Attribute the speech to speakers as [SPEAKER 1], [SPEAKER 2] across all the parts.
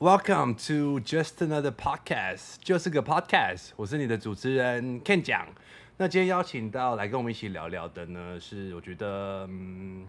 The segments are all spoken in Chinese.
[SPEAKER 1] Welcome to Just Another Podcast，就是个 Podcast，我是你的主持人 Ken 讲。那今天邀请到来跟我们一起聊聊的呢，是我觉得嗯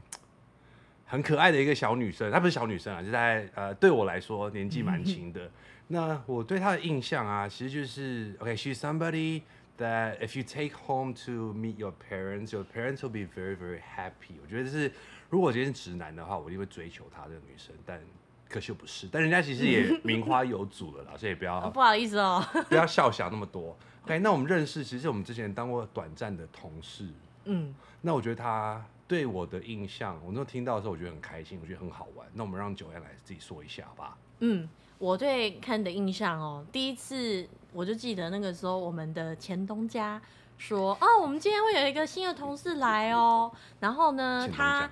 [SPEAKER 1] 很可爱的一个小女生，她不是小女生啊，就在呃对我来说年纪蛮轻的。那我对她的印象啊，其实就是 OK，she's、somebody that if you take home to meet your parents，your parents will be very very happy。我觉得这是如果我今天是直男的话，我一定会追求她这个女生，但可惜我不是。但人家其实也名花有主了啦，所以不要
[SPEAKER 2] 不好意 思哦，
[SPEAKER 1] 不要笑想那么多。OK，那我们认识，其实我们之前当过短暂的同事。
[SPEAKER 2] 嗯，
[SPEAKER 1] 那我觉得他对我的印象，我那时候听到的时候，我觉得很开心，我觉得很好玩。那我们让九安来自己说一下吧。
[SPEAKER 2] 嗯，我对看的印象哦，第一次我就记得那个时候我们的前东家说，哦，我们今天会有一个新的同事来 哦，然后呢
[SPEAKER 1] 前，东
[SPEAKER 2] 他
[SPEAKER 1] 家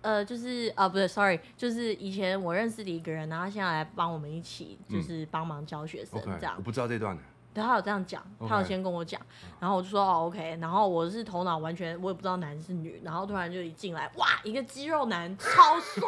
[SPEAKER 2] 呃就是呃不对，sorry，就是以前我认识的一个人，然后他现在来帮我们一起就是帮忙教学生
[SPEAKER 1] 嗯 OK，
[SPEAKER 2] 这样
[SPEAKER 1] 我，不知道这段的。
[SPEAKER 2] 对他有这样讲，
[SPEAKER 1] OK 嗯
[SPEAKER 2] 他有先跟我讲然后我就说哦 OK，然后我是头脑完全我也不知道男是女，然后突然就一进来，哇，一个肌肉男超帅，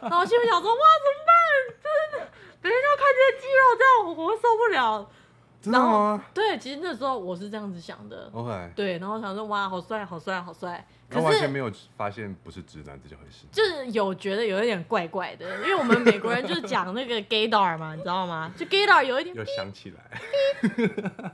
[SPEAKER 2] 然后我心里想说哇怎么办？真的，等一下看这些肌肉，这样我我受不了。
[SPEAKER 1] 真的吗
[SPEAKER 2] 对，其实那时候我是这样子想的，
[SPEAKER 1] ？OK，
[SPEAKER 2] 对，然后我想说哇好帅好帅好帅，
[SPEAKER 1] 然
[SPEAKER 2] 可
[SPEAKER 1] 后完全
[SPEAKER 2] 是
[SPEAKER 1] 没有发现不是直男这件回事。
[SPEAKER 2] 就是有觉得有一点怪怪的，因为我们美国人就是讲那个 gaydar 嘛，你知道吗？就 gaydar 有一点
[SPEAKER 1] 又想起来，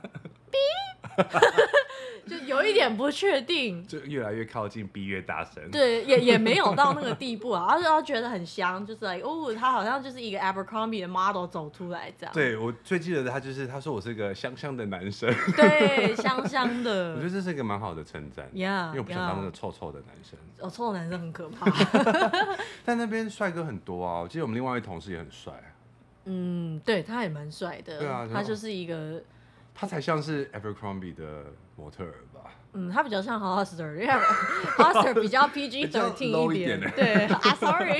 [SPEAKER 2] 就有一点不确定。
[SPEAKER 1] 就越来越靠近 B 越大声。
[SPEAKER 2] 对，也也没有到那个地步啊，而且他觉得很香，就是 like 哦，他好像就是一个 Abercrombie 的 model 走出来这样，
[SPEAKER 1] 对，我最记得的他就是他说我是个香香的男生，
[SPEAKER 2] 对，香香
[SPEAKER 1] 我
[SPEAKER 2] 的
[SPEAKER 1] 觉得。这是一个蛮好的称赞。
[SPEAKER 2] Yeah，
[SPEAKER 1] 因为我不想当那个
[SPEAKER 2] yeah
[SPEAKER 1] 臭臭的男生。
[SPEAKER 2] 哦，臭男生很可怕。
[SPEAKER 1] 但那边帅哥很多啊，我记得我们另外一位同事也很帅，
[SPEAKER 2] 嗯，对，他也蛮帅的。
[SPEAKER 1] 对啊
[SPEAKER 2] 他就是一个，
[SPEAKER 1] 他才像是 Abercrombie 的模特儿吧。
[SPEAKER 2] 嗯，他比较像 Hoster，因为 Hoster 比较 PG
[SPEAKER 1] 较 low
[SPEAKER 2] 13
[SPEAKER 1] 一点
[SPEAKER 2] 点
[SPEAKER 1] 的。
[SPEAKER 2] 对啊，Sorry。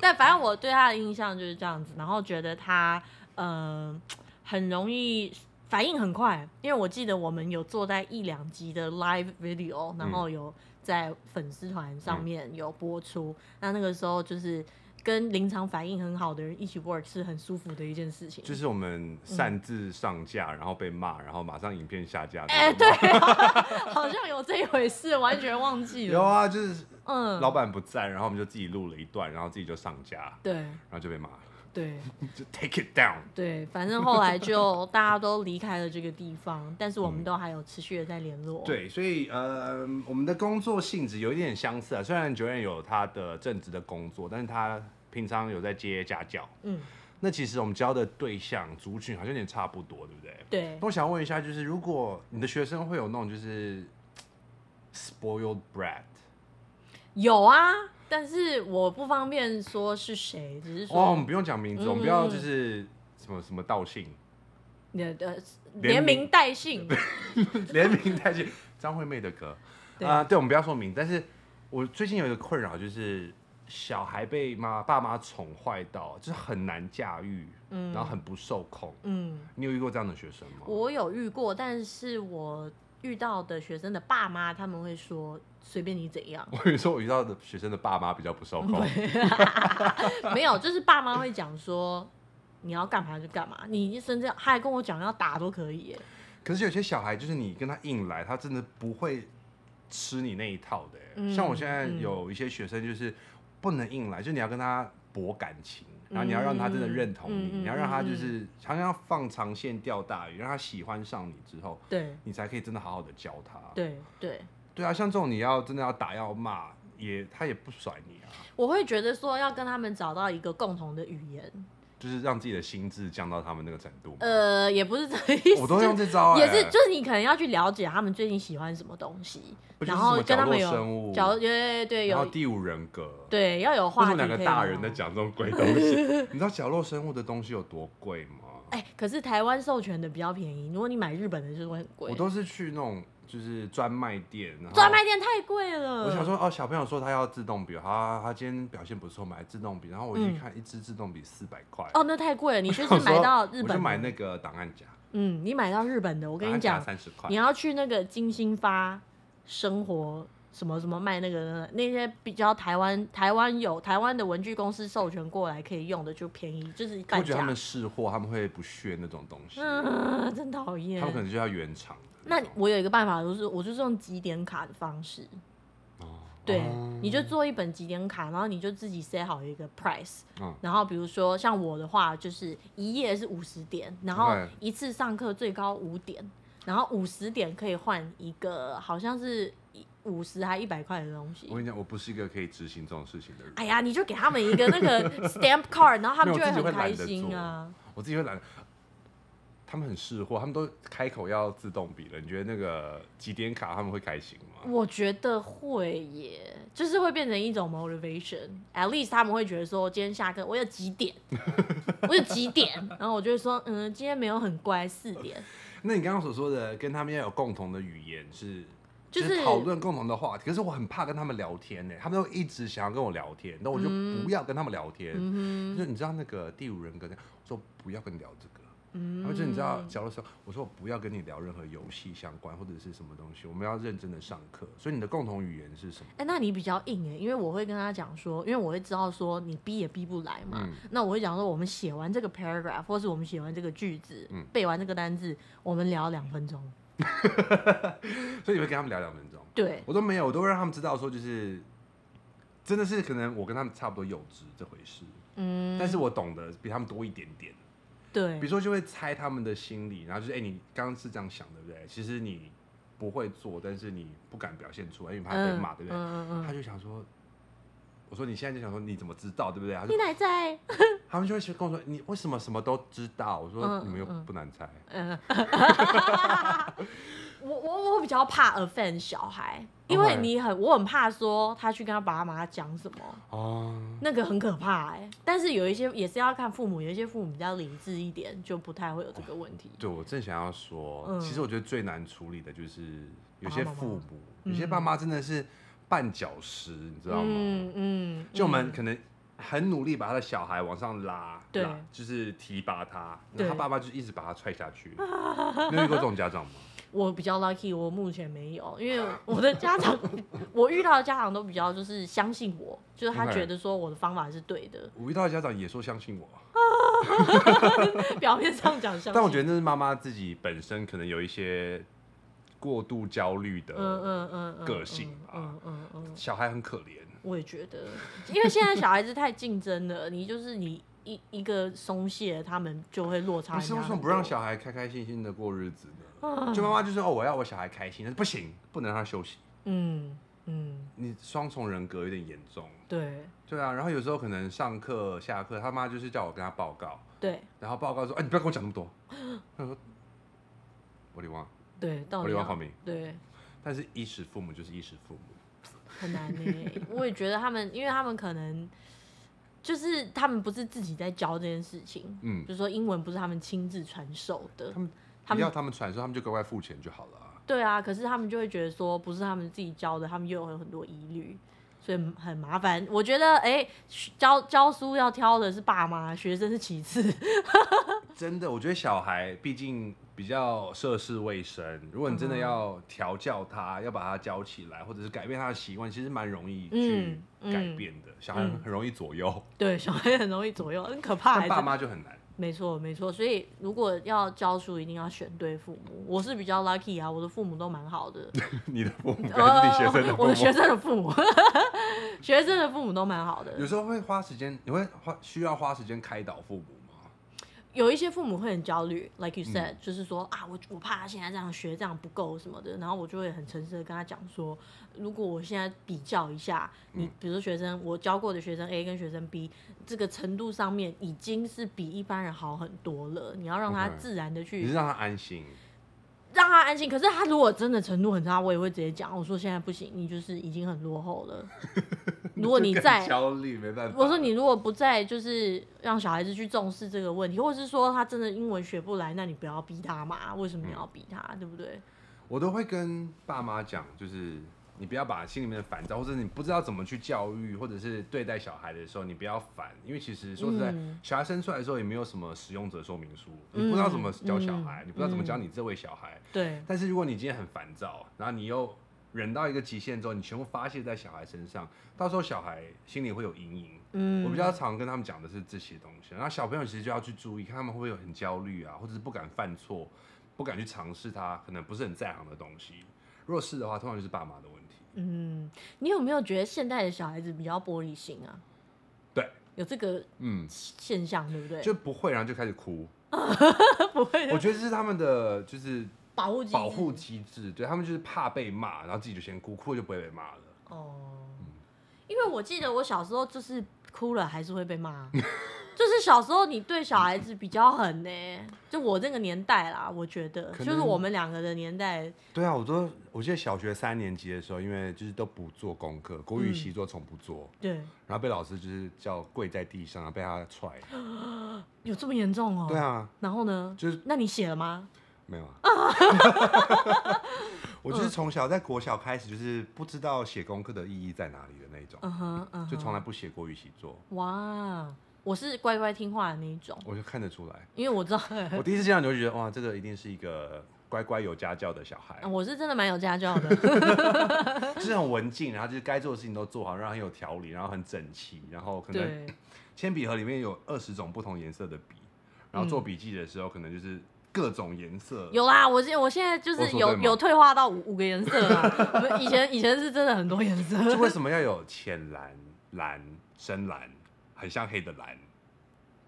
[SPEAKER 2] 但反正我对他的印象就是这样子，然后觉得他，嗯、很容易反应很快，因为我记得我们有做在一两集的 live
[SPEAKER 1] 嗯
[SPEAKER 2] video，然后有在粉丝团上面有播出。那那个时候就是跟临场反应很好的人一起 work 是很舒服的一件事情。
[SPEAKER 1] 就是我们擅自上架，然后被骂，然后马上影片下架。
[SPEAKER 2] 哎、
[SPEAKER 1] 那种
[SPEAKER 2] 对、 好像有这一回事，完全忘记了。
[SPEAKER 1] 有，啊，就是
[SPEAKER 2] 嗯，
[SPEAKER 1] 老板不在，然后我们就自己录了一段，然后自己就上架，
[SPEAKER 2] 对
[SPEAKER 1] 然后就被骂，
[SPEAKER 2] 对
[SPEAKER 1] 就 take it down。
[SPEAKER 2] 对，反正后来就大家都离开了这个地方，但是我们都还有持续的在联络。，
[SPEAKER 1] 嗯对，所以呃，我们的工作性质有一点相似啊。虽然九院有他的正职的工作，但是他平常有在接家教。
[SPEAKER 2] 嗯，
[SPEAKER 1] 那其实我们教的对象族群好像有点差不多，对不对？
[SPEAKER 2] 对
[SPEAKER 1] 那，我想问一下，就是如果你的学生会有那种就是 spoiled brat，
[SPEAKER 2] 有啊，但是我不方便说是谁，只是
[SPEAKER 1] 哦，我
[SPEAKER 2] 说
[SPEAKER 1] 们不用讲名字，
[SPEAKER 2] 嗯
[SPEAKER 1] 我们不要就是什么什么道姓，
[SPEAKER 2] 你的呃
[SPEAKER 1] 连
[SPEAKER 2] 连
[SPEAKER 1] 名
[SPEAKER 2] 名带姓。
[SPEAKER 1] 连名带姓，张惠妹的歌
[SPEAKER 2] 对
[SPEAKER 1] 啊、对，我们不要说名，但是我最近有一个困扰就是。小孩被妈爸妈宠坏到，就是很难驾驭，
[SPEAKER 2] 嗯
[SPEAKER 1] 然后很不受控。
[SPEAKER 2] 嗯，
[SPEAKER 1] 你有遇过这样的学生吗？
[SPEAKER 2] 我有遇过，但是我遇到的学生的爸妈他们会说随便你怎样。
[SPEAKER 1] 我跟你说，我遇到的学生的爸妈比较不受控。
[SPEAKER 2] 没有，就是爸妈会讲说你要干嘛就干嘛，你甚至他还跟我讲要打都可以耶。
[SPEAKER 1] 可是有些小孩就是你跟他硬来，他真的不会吃你那一套的欸、
[SPEAKER 2] 嗯
[SPEAKER 1] 像我现在
[SPEAKER 2] 嗯
[SPEAKER 1] 有一些学生就是不能硬来，就你要跟他博感情，然后你要让他真的认同你，
[SPEAKER 2] 嗯嗯嗯嗯
[SPEAKER 1] 你要让他就是常常要放长线钓大鱼，让他喜欢上你之后，
[SPEAKER 2] 对
[SPEAKER 1] 你才可以真的好好的教他。
[SPEAKER 2] 对对，
[SPEAKER 1] 对啊，像这种你要真的要打要骂，也他也不甩你啊，
[SPEAKER 2] 我会觉得说要跟他们找到一个共同的语言，
[SPEAKER 1] 就是让自己的心智降到他们那个程度嘛。
[SPEAKER 2] 呃，也不是这个意思，
[SPEAKER 1] 我都
[SPEAKER 2] 就
[SPEAKER 1] 用这招、欸，
[SPEAKER 2] 也是，就是你可能要去了解他们最近喜欢什么东西，
[SPEAKER 1] 不就是
[SPEAKER 2] 然后跟他们
[SPEAKER 1] 什么角落生
[SPEAKER 2] 有
[SPEAKER 1] 物
[SPEAKER 2] 角，对对对，
[SPEAKER 1] 然后
[SPEAKER 2] 有
[SPEAKER 1] 第五人格。
[SPEAKER 2] 对要有
[SPEAKER 1] 为
[SPEAKER 2] 话
[SPEAKER 1] 什么
[SPEAKER 2] 题
[SPEAKER 1] 两
[SPEAKER 2] 可
[SPEAKER 1] 个
[SPEAKER 2] 以
[SPEAKER 1] 大人在？
[SPEAKER 2] 聊
[SPEAKER 1] 讲这种鬼东西？ 你知道角落生物的东西有多贵吗？
[SPEAKER 2] 哎、可是台湾授权的比较便宜，如果你买日本的，就是会很贵。
[SPEAKER 1] 我都是去那种就是专卖店，然后
[SPEAKER 2] 专卖店太贵了。
[SPEAKER 1] 我想说哦，小朋友说他要自动笔，他他今天表现不错，买自动笔，然后我一
[SPEAKER 2] 嗯
[SPEAKER 1] 看、一支自动笔四百块，
[SPEAKER 2] 哦，那太贵了，你就
[SPEAKER 1] 我
[SPEAKER 2] 是
[SPEAKER 1] 想说，
[SPEAKER 2] 买到日
[SPEAKER 1] 我
[SPEAKER 2] 本
[SPEAKER 1] 就
[SPEAKER 2] 的，
[SPEAKER 1] 买那个档案夹，
[SPEAKER 2] 嗯，你买到日本的，我
[SPEAKER 1] 我
[SPEAKER 2] 跟你讲，
[SPEAKER 1] 三十块
[SPEAKER 2] 你，要去那个金星发生活什么什么卖那个那些比较台湾台湾有台湾的文具公司授权过来可以用的就便宜，就是
[SPEAKER 1] 我
[SPEAKER 2] 半
[SPEAKER 1] 觉得他
[SPEAKER 2] 价
[SPEAKER 1] 们。试货，他们会不屑那种东西，
[SPEAKER 2] 嗯， 真讨厌
[SPEAKER 1] 他们。可能就要原厂的
[SPEAKER 2] 那
[SPEAKER 1] 种。
[SPEAKER 2] 我有一个办法，就是我就是用集点卡的方式，
[SPEAKER 1] 哦
[SPEAKER 2] 对，
[SPEAKER 1] 哦
[SPEAKER 2] 你就做一本集点卡，然后你就自己 set 好一个 price，
[SPEAKER 1] 嗯
[SPEAKER 2] 然后比如说像我的话，就是一页是五十点，然后
[SPEAKER 1] OK
[SPEAKER 2] 一次上课最高五点，然后五十点可以换一个好像是五十还一百块的东
[SPEAKER 1] 我
[SPEAKER 2] 西。
[SPEAKER 1] 跟你讲，我不是一个可以执行这种事情的人，
[SPEAKER 2] 哎呀，你就给他们一个那个 stamp card，然后他们
[SPEAKER 1] 没
[SPEAKER 2] 就
[SPEAKER 1] 有我自己
[SPEAKER 2] 很
[SPEAKER 1] 会懒
[SPEAKER 2] 开
[SPEAKER 1] 得
[SPEAKER 2] 心啊。
[SPEAKER 1] 我自己会懒。他们很识货，他们都开口要自动笔了。你觉得那个几点卡他们会开心吗？
[SPEAKER 2] 我觉得会耶，就是会变成一种 motivation。At least 他们会觉得说，今天下课我有几 点，我有几点，然后我就会说，嗯，今天没有很乖，四点。
[SPEAKER 1] 那你刚刚所说的跟他们要有共同的语言是，
[SPEAKER 2] 就是
[SPEAKER 1] 讨论共同的话题。可是我很怕跟他们聊天呢、他们都一直想要跟我聊天，那我就不要跟他们聊天。
[SPEAKER 2] 嗯
[SPEAKER 1] 就你知道那个第五人格那样，我说不要跟你聊这个。
[SPEAKER 2] 哼，嗯
[SPEAKER 1] 他们就你知道，假如说我说我不要跟你聊任何游戏相关或者是什么东西，我们要认真的上课。所以你的共同语言是什么？
[SPEAKER 2] 哎、那你比较硬哎，因为我会跟他讲说，因为我会知道说你逼也逼不来嘛。
[SPEAKER 1] 嗯
[SPEAKER 2] 那我会讲说，我们写完这个 paragraph，或是我们写完这个句子，
[SPEAKER 1] 嗯
[SPEAKER 2] 背完这个单字，我们聊两分钟。
[SPEAKER 1] 所以你会跟他们聊两分钟。
[SPEAKER 2] 对，
[SPEAKER 1] 我都没有，我都会让他们知道说，就是真的是可能我跟他们差不多幼稚这回事，
[SPEAKER 2] 嗯，
[SPEAKER 1] 但是我懂得比他们多一点点。比
[SPEAKER 2] 对
[SPEAKER 1] 如，说就会猜他们的心理，然后就是哎、你刚刚是这样想对不对？其实你不会做，但是你不敢表现出来，因为怕被骂对不对？
[SPEAKER 2] 嗯嗯
[SPEAKER 1] 他
[SPEAKER 2] 嗯，
[SPEAKER 1] 就想说，我说你现在就想说你怎么知道对不对？他
[SPEAKER 2] 你
[SPEAKER 1] 说
[SPEAKER 2] 奶在，
[SPEAKER 1] 他们就会跟我说你为什么什么都知道？我说
[SPEAKER 2] 嗯
[SPEAKER 1] 你们又
[SPEAKER 2] 嗯
[SPEAKER 1] 不难猜。
[SPEAKER 2] 嗯， 我我我比较怕 offend 小孩，因为
[SPEAKER 1] OK
[SPEAKER 2] 你很我很怕说他去跟他爸妈讲什么。
[SPEAKER 1] 哦，
[SPEAKER 2] 那个很可怕哎、但是有一些也是要看父母，有一些父母比较理智一点，就不太会有这个问题。
[SPEAKER 1] 对我正想要说，
[SPEAKER 2] 嗯
[SPEAKER 1] 其实我觉得最难处理的就是有些
[SPEAKER 2] 爸爸妈妈
[SPEAKER 1] 父母，有些爸妈真的是绊脚石，你知道吗？
[SPEAKER 2] 嗯嗯，
[SPEAKER 1] 就我们
[SPEAKER 2] 嗯
[SPEAKER 1] 可能很努力把他的小孩往上拉，
[SPEAKER 2] 对
[SPEAKER 1] 拉就是提拔他，
[SPEAKER 2] 对
[SPEAKER 1] 然后他爸爸就一直把他踹下去。你有遇过这种家长吗？
[SPEAKER 2] 我比较 lucky，我目前没有，因为我的家长， 我遇到的家长都比较就是相信我，就是他
[SPEAKER 1] OK
[SPEAKER 2] 觉得说我的方法是对的，
[SPEAKER 1] 我遇到的家长也说相信我，
[SPEAKER 2] 表面上讲相信。
[SPEAKER 1] 但我觉得那是妈妈自己本身可能有一些过度焦虑的。
[SPEAKER 2] 嗯嗯嗯嗯，
[SPEAKER 1] 个性吧
[SPEAKER 2] 嗯嗯嗯嗯，
[SPEAKER 1] 小孩很可怜，
[SPEAKER 2] 我也觉得，因为现在小孩子太竞争了，你就是你一一个松懈，他们就会落差
[SPEAKER 1] 不
[SPEAKER 2] 很
[SPEAKER 1] 是
[SPEAKER 2] 大很多。
[SPEAKER 1] 为
[SPEAKER 2] 啊
[SPEAKER 1] 什么不让小孩开开心心的过日子呢？就妈妈就说哦，我要我小孩开心，但是不行，不能让他休息。
[SPEAKER 2] 嗯嗯，
[SPEAKER 1] 你双重人格有点严重，
[SPEAKER 2] 对
[SPEAKER 1] 对啊。然后有时候可能上课下课，他妈就是叫我跟他报告，
[SPEAKER 2] 对。
[SPEAKER 1] 然后报告说：“哎，你不要跟我讲那么多。”他说：“我得忘。
[SPEAKER 2] 对，到
[SPEAKER 1] 我
[SPEAKER 2] 底
[SPEAKER 1] 有
[SPEAKER 2] 哦要
[SPEAKER 1] 画面
[SPEAKER 2] 对，”
[SPEAKER 1] 但是衣食父母就是衣食父母，
[SPEAKER 2] 很难呢、我也觉得他们，因为他们可能就是他们不是自己在教这件事情，
[SPEAKER 1] 嗯
[SPEAKER 2] 比，如说英文不是他们亲自传授的
[SPEAKER 1] 他，们
[SPEAKER 2] 他
[SPEAKER 1] 不要
[SPEAKER 2] 们
[SPEAKER 1] 他们传授，他们就乖乖付钱就好了啊。
[SPEAKER 2] 对啊，可是他们就会觉得说不是他们自己教的，他们又有很多疑虑。所以很麻烦，我觉得，哎、教教书要挑的是爸妈，学生是其次。
[SPEAKER 1] 真的，我觉得小孩毕竟比较涉世未深，如果你真
[SPEAKER 2] 嗯
[SPEAKER 1] 的要调教他，要把他教起来，或者是改变他的习惯，其实蛮容易去
[SPEAKER 2] 嗯嗯
[SPEAKER 1] 改变的。小孩
[SPEAKER 2] 嗯
[SPEAKER 1] 很容易左右，
[SPEAKER 2] 对，小孩很容易左右，很可怕、
[SPEAKER 1] 但
[SPEAKER 2] 欸。
[SPEAKER 1] 爸妈就 很难。
[SPEAKER 2] 没错，没错。所以如果要教书，一定要选对父母。我是比较 lucky 啊，我的父母都蛮好的。
[SPEAKER 1] 你的父母跟
[SPEAKER 2] 呃，
[SPEAKER 1] 你学生的父
[SPEAKER 2] 我的学
[SPEAKER 1] 母，
[SPEAKER 2] 生的父母， 学生的父母都蛮好的。
[SPEAKER 1] 有时候会花时间，你会花需要花时间开导父母吗？
[SPEAKER 2] 有一些父母会很焦虑，like
[SPEAKER 1] 嗯
[SPEAKER 2] you said，、就是说啊，我我怕他现在这样学这样不够什么的，然后我就会很诚实的跟他讲说，如果我现在比较一下，你
[SPEAKER 1] 嗯
[SPEAKER 2] 比如说学生我教过的学生 A 跟学生 B 这个程度上面已经是比一般人好很多了，你要让他
[SPEAKER 1] OK
[SPEAKER 2] 自然的去
[SPEAKER 1] 你是让他安心。
[SPEAKER 2] 让他安心。可是他如果真的程度很差，我也会直接讲，我说现在不行，你就是已经很落后 了。如果你
[SPEAKER 1] 就更
[SPEAKER 2] 再，
[SPEAKER 1] 焦虑，没办法。
[SPEAKER 2] 我说你如果不再就是让小孩子去重视这个问题，或者是说他真的英文学不来，那你不要逼他嘛？为什么你
[SPEAKER 1] 嗯
[SPEAKER 2] 要逼他？对不对？
[SPEAKER 1] 我都会跟爸妈讲，就是你不要把心里面的烦躁，或者你不知道怎么去教育，或者是对待小孩的时候，你不要烦，因为其实说实在，
[SPEAKER 2] 嗯
[SPEAKER 1] 小孩生出来的时候也没有什么使用者说明书，
[SPEAKER 2] 嗯
[SPEAKER 1] 你不知道怎么教小孩，
[SPEAKER 2] 嗯
[SPEAKER 1] 你不知道怎么教你这位小孩。
[SPEAKER 2] 对，
[SPEAKER 1] 但是如果你今天很烦躁，然后你又忍到一个极限之后，你全部发泄在小孩身上，到时候小孩心里会有阴影。
[SPEAKER 2] 嗯，
[SPEAKER 1] 我比较常跟他们讲的是这些东西，然后小朋友其实就要去注意，看他们会不会有很焦虑啊，或者是不敢犯错，不敢去尝试他可能不是很在行的东西。如果是的话，通常就是爸妈的问题。
[SPEAKER 2] 嗯，你有没有觉得现代的小孩子比较玻璃心啊？
[SPEAKER 1] 对，
[SPEAKER 2] 有这个
[SPEAKER 1] 嗯，
[SPEAKER 2] 现象，对不对？
[SPEAKER 1] 就不会，然后就开始哭。
[SPEAKER 2] 不会
[SPEAKER 1] 我觉得这是他们的就是
[SPEAKER 2] 保护机制
[SPEAKER 1] 保护机制，对他们就是怕被骂，然后自己就先哭，哭了就不会被骂了。
[SPEAKER 2] 哦，因为我记得我小时候就是哭了还是会 被骂，啊就是小时候你对小孩子比较狠呢、就我这个年代啦，我觉得
[SPEAKER 1] 可能
[SPEAKER 2] 就是我们两个的年代，
[SPEAKER 1] 对啊，我都我记得小学三年级的时候，因为就是都不做功课，国语
[SPEAKER 2] 嗯
[SPEAKER 1] 习作从不做，
[SPEAKER 2] 对，
[SPEAKER 1] 然后被老师就是叫跪在地上，然后被他踹。
[SPEAKER 2] 哦有这么严重哦、
[SPEAKER 1] 对。啊，
[SPEAKER 2] 然后呢？
[SPEAKER 1] 就是
[SPEAKER 2] 那你写了吗？
[SPEAKER 1] 没有啊。 我就是从小在国小开始，就是不知道写功课的意义在哪里的那种，
[SPEAKER 2] 嗯哼，嗯哼，
[SPEAKER 1] 就从来不写国语习作，
[SPEAKER 2] 哇，我是乖乖听话的那一种，
[SPEAKER 1] 我就看得出来。
[SPEAKER 2] 因为我 知道。
[SPEAKER 1] 我第一次见到你就觉得，哇，这个一定是一个乖乖有家教的小孩，
[SPEAKER 2] 我是真的蛮有家 教的，
[SPEAKER 1] 就是很文静，然后就是该做的事情都做好，然后很有条理，然后很整齐，然后可能
[SPEAKER 2] 对，
[SPEAKER 1] 铅笔盒里面有二十种不同颜色的笔，然后做笔记的时候可能就是各种颜色。
[SPEAKER 2] 嗯有啦，我现我现在就
[SPEAKER 1] 我
[SPEAKER 2] 是
[SPEAKER 1] 说
[SPEAKER 2] 有
[SPEAKER 1] 对吗
[SPEAKER 2] 有退化到五五个颜色啦，我们以前以前是真的很多颜色，
[SPEAKER 1] 就为什么要有浅蓝、蓝、深蓝，很像黑的蓝？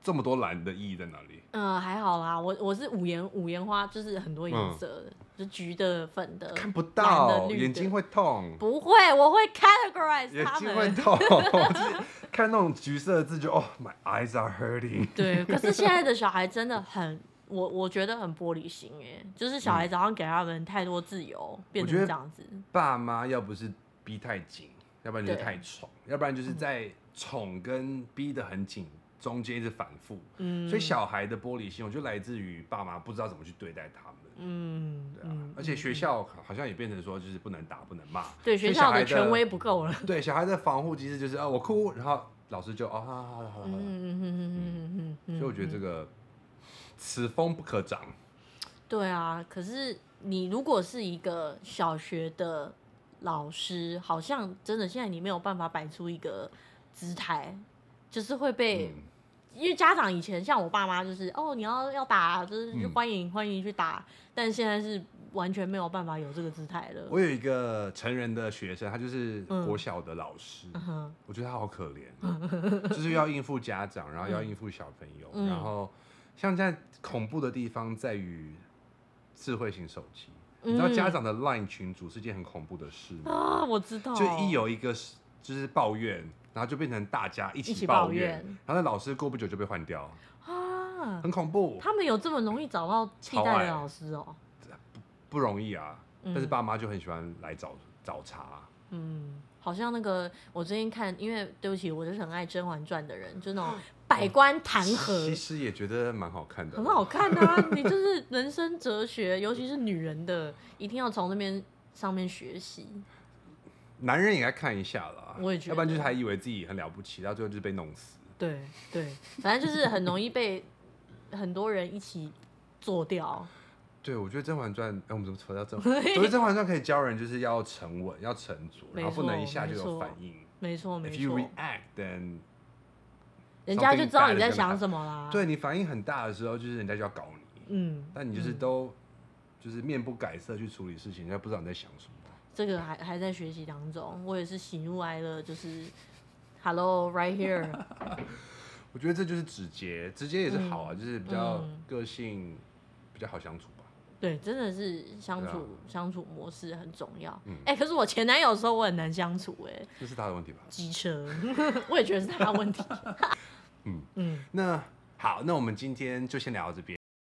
[SPEAKER 1] 这么多蓝的意义在哪里？
[SPEAKER 2] 嗯，还好啦，我我是五颜五颜花，就是很多
[SPEAKER 1] 嗯
[SPEAKER 2] 颜色的，就橘的、粉的，
[SPEAKER 1] 看不
[SPEAKER 2] 蓝的
[SPEAKER 1] 到，
[SPEAKER 2] 绿的
[SPEAKER 1] 眼睛会痛，
[SPEAKER 2] 不会，我会 categorize
[SPEAKER 1] 眼
[SPEAKER 2] 它
[SPEAKER 1] 睛会
[SPEAKER 2] 们。
[SPEAKER 1] 痛。就是看那种橘色的字就 哦，my eyes are hurting。
[SPEAKER 2] 对，可是现在的小孩真的很，我我觉得很玻璃心哎，就是小孩子好像给他们太多自由，变
[SPEAKER 1] 嗯
[SPEAKER 2] 成
[SPEAKER 1] 觉得
[SPEAKER 2] 这样子。
[SPEAKER 1] 爸妈要不是逼太紧，要不然就是
[SPEAKER 2] 对
[SPEAKER 1] 太宠，要不然就是在宠跟逼得很紧中间一直反复。
[SPEAKER 2] 嗯，
[SPEAKER 1] 所以小孩的玻璃心，我觉得来自于爸妈不知道怎么去对待他们。
[SPEAKER 2] 嗯，
[SPEAKER 1] 对啊，
[SPEAKER 2] 嗯，
[SPEAKER 1] 而且学校好像也变成说，就是不能打，不能骂。
[SPEAKER 2] 对
[SPEAKER 1] 所以
[SPEAKER 2] 学
[SPEAKER 1] 小
[SPEAKER 2] 校
[SPEAKER 1] 孩
[SPEAKER 2] 的权威不够 了。
[SPEAKER 1] 对小孩的防护机制就是啊，我哭，然后老师就哦，好好好好好好。
[SPEAKER 2] 嗯嗯嗯嗯嗯嗯，
[SPEAKER 1] 所以我觉得这个此风不可长。
[SPEAKER 2] 对啊，可是你如果是一个小学的老师，好像真的现在你没有办法摆出一个姿态，就是会被，
[SPEAKER 1] 嗯
[SPEAKER 2] 因为家长以前像我爸妈就是哦，你要要打，就是
[SPEAKER 1] 嗯
[SPEAKER 2] 欢迎、欢迎去打，但现在是完全没有办法有这个姿态了。
[SPEAKER 1] 我有一个成人的学生，他就是
[SPEAKER 2] 嗯
[SPEAKER 1] 国小的老师，
[SPEAKER 2] 嗯哼，
[SPEAKER 1] 我觉得他好可怜哦，就是要应付家长，然后要应付小朋友，
[SPEAKER 2] 嗯
[SPEAKER 1] 然后像现在恐怖的地方在于智慧型手机。你知道
[SPEAKER 2] 嗯
[SPEAKER 1] 家长的 LINE 群组是件很恐怖的事吗？
[SPEAKER 2] 啊，我知道，
[SPEAKER 1] 就一有一个是就是抱怨，然后就变成大家一
[SPEAKER 2] 一起
[SPEAKER 1] 起
[SPEAKER 2] 抱
[SPEAKER 1] 抱怨，
[SPEAKER 2] 怨
[SPEAKER 1] 然后那老师过不久就被换掉，
[SPEAKER 2] 啊，
[SPEAKER 1] 很恐怖，
[SPEAKER 2] 他们有这么容易找到替
[SPEAKER 1] 超
[SPEAKER 2] 代
[SPEAKER 1] 爱
[SPEAKER 2] 的老师哦、
[SPEAKER 1] 不容易啊。
[SPEAKER 2] 嗯
[SPEAKER 1] 但是爸妈就很喜欢来找找茬，
[SPEAKER 2] 嗯，好像那个我最近看，因为对不起，我就是很爱《甄嬛传》的人，就那种百官弹
[SPEAKER 1] 其
[SPEAKER 2] 劾，
[SPEAKER 1] 实也觉得蛮好看的，
[SPEAKER 2] 很好看啊！你就是人生哲学，尤其是女人的，一定要从那边上面学习。
[SPEAKER 1] 男人也该看一下啦，
[SPEAKER 2] 我也觉得
[SPEAKER 1] 要不然就是还以为自己很了不起，到最后就是被弄死。
[SPEAKER 2] 对对，反正就是很容易被很多人一起做掉。
[SPEAKER 1] 对，我觉得《甄嬛传》，哎，我们怎么扯到甄 嬛？我觉得《甄嬛传》可以教人就是要沉稳，要沉着，
[SPEAKER 2] 没
[SPEAKER 1] 然后不能
[SPEAKER 2] 错
[SPEAKER 1] 一下就
[SPEAKER 2] 没
[SPEAKER 1] 有
[SPEAKER 2] 错
[SPEAKER 1] 反应。
[SPEAKER 2] 没错没
[SPEAKER 1] If you
[SPEAKER 2] 错，
[SPEAKER 1] react, then
[SPEAKER 2] 人家就知道
[SPEAKER 1] something bad
[SPEAKER 2] 你在
[SPEAKER 1] is gonna
[SPEAKER 2] 想什么啦。，
[SPEAKER 1] 对你反应很大的时候，就是人家就要搞你，
[SPEAKER 2] 嗯，
[SPEAKER 1] 但你就是都、就是面不改色去处理事情，人家不知道你在想什么。
[SPEAKER 2] 这个还还在学习当中，我也是喜怒哀乐，就是 Hello right here。
[SPEAKER 1] 我觉得这就是直接，直接也是好啊，就是比较
[SPEAKER 2] 嗯
[SPEAKER 1] 个性、比较好相处吧。
[SPEAKER 2] 对，真的是相
[SPEAKER 1] 对啊
[SPEAKER 2] 处、相处模式很重要。哎、
[SPEAKER 1] 嗯
[SPEAKER 2] 可是我前男友的时候我很难相处、哎，
[SPEAKER 1] 这是他的问题吧？
[SPEAKER 2] 机 车，我也觉得是他的问题。
[SPEAKER 1] 嗯
[SPEAKER 2] 嗯。
[SPEAKER 1] 那好，那我们今天就先聊到这边。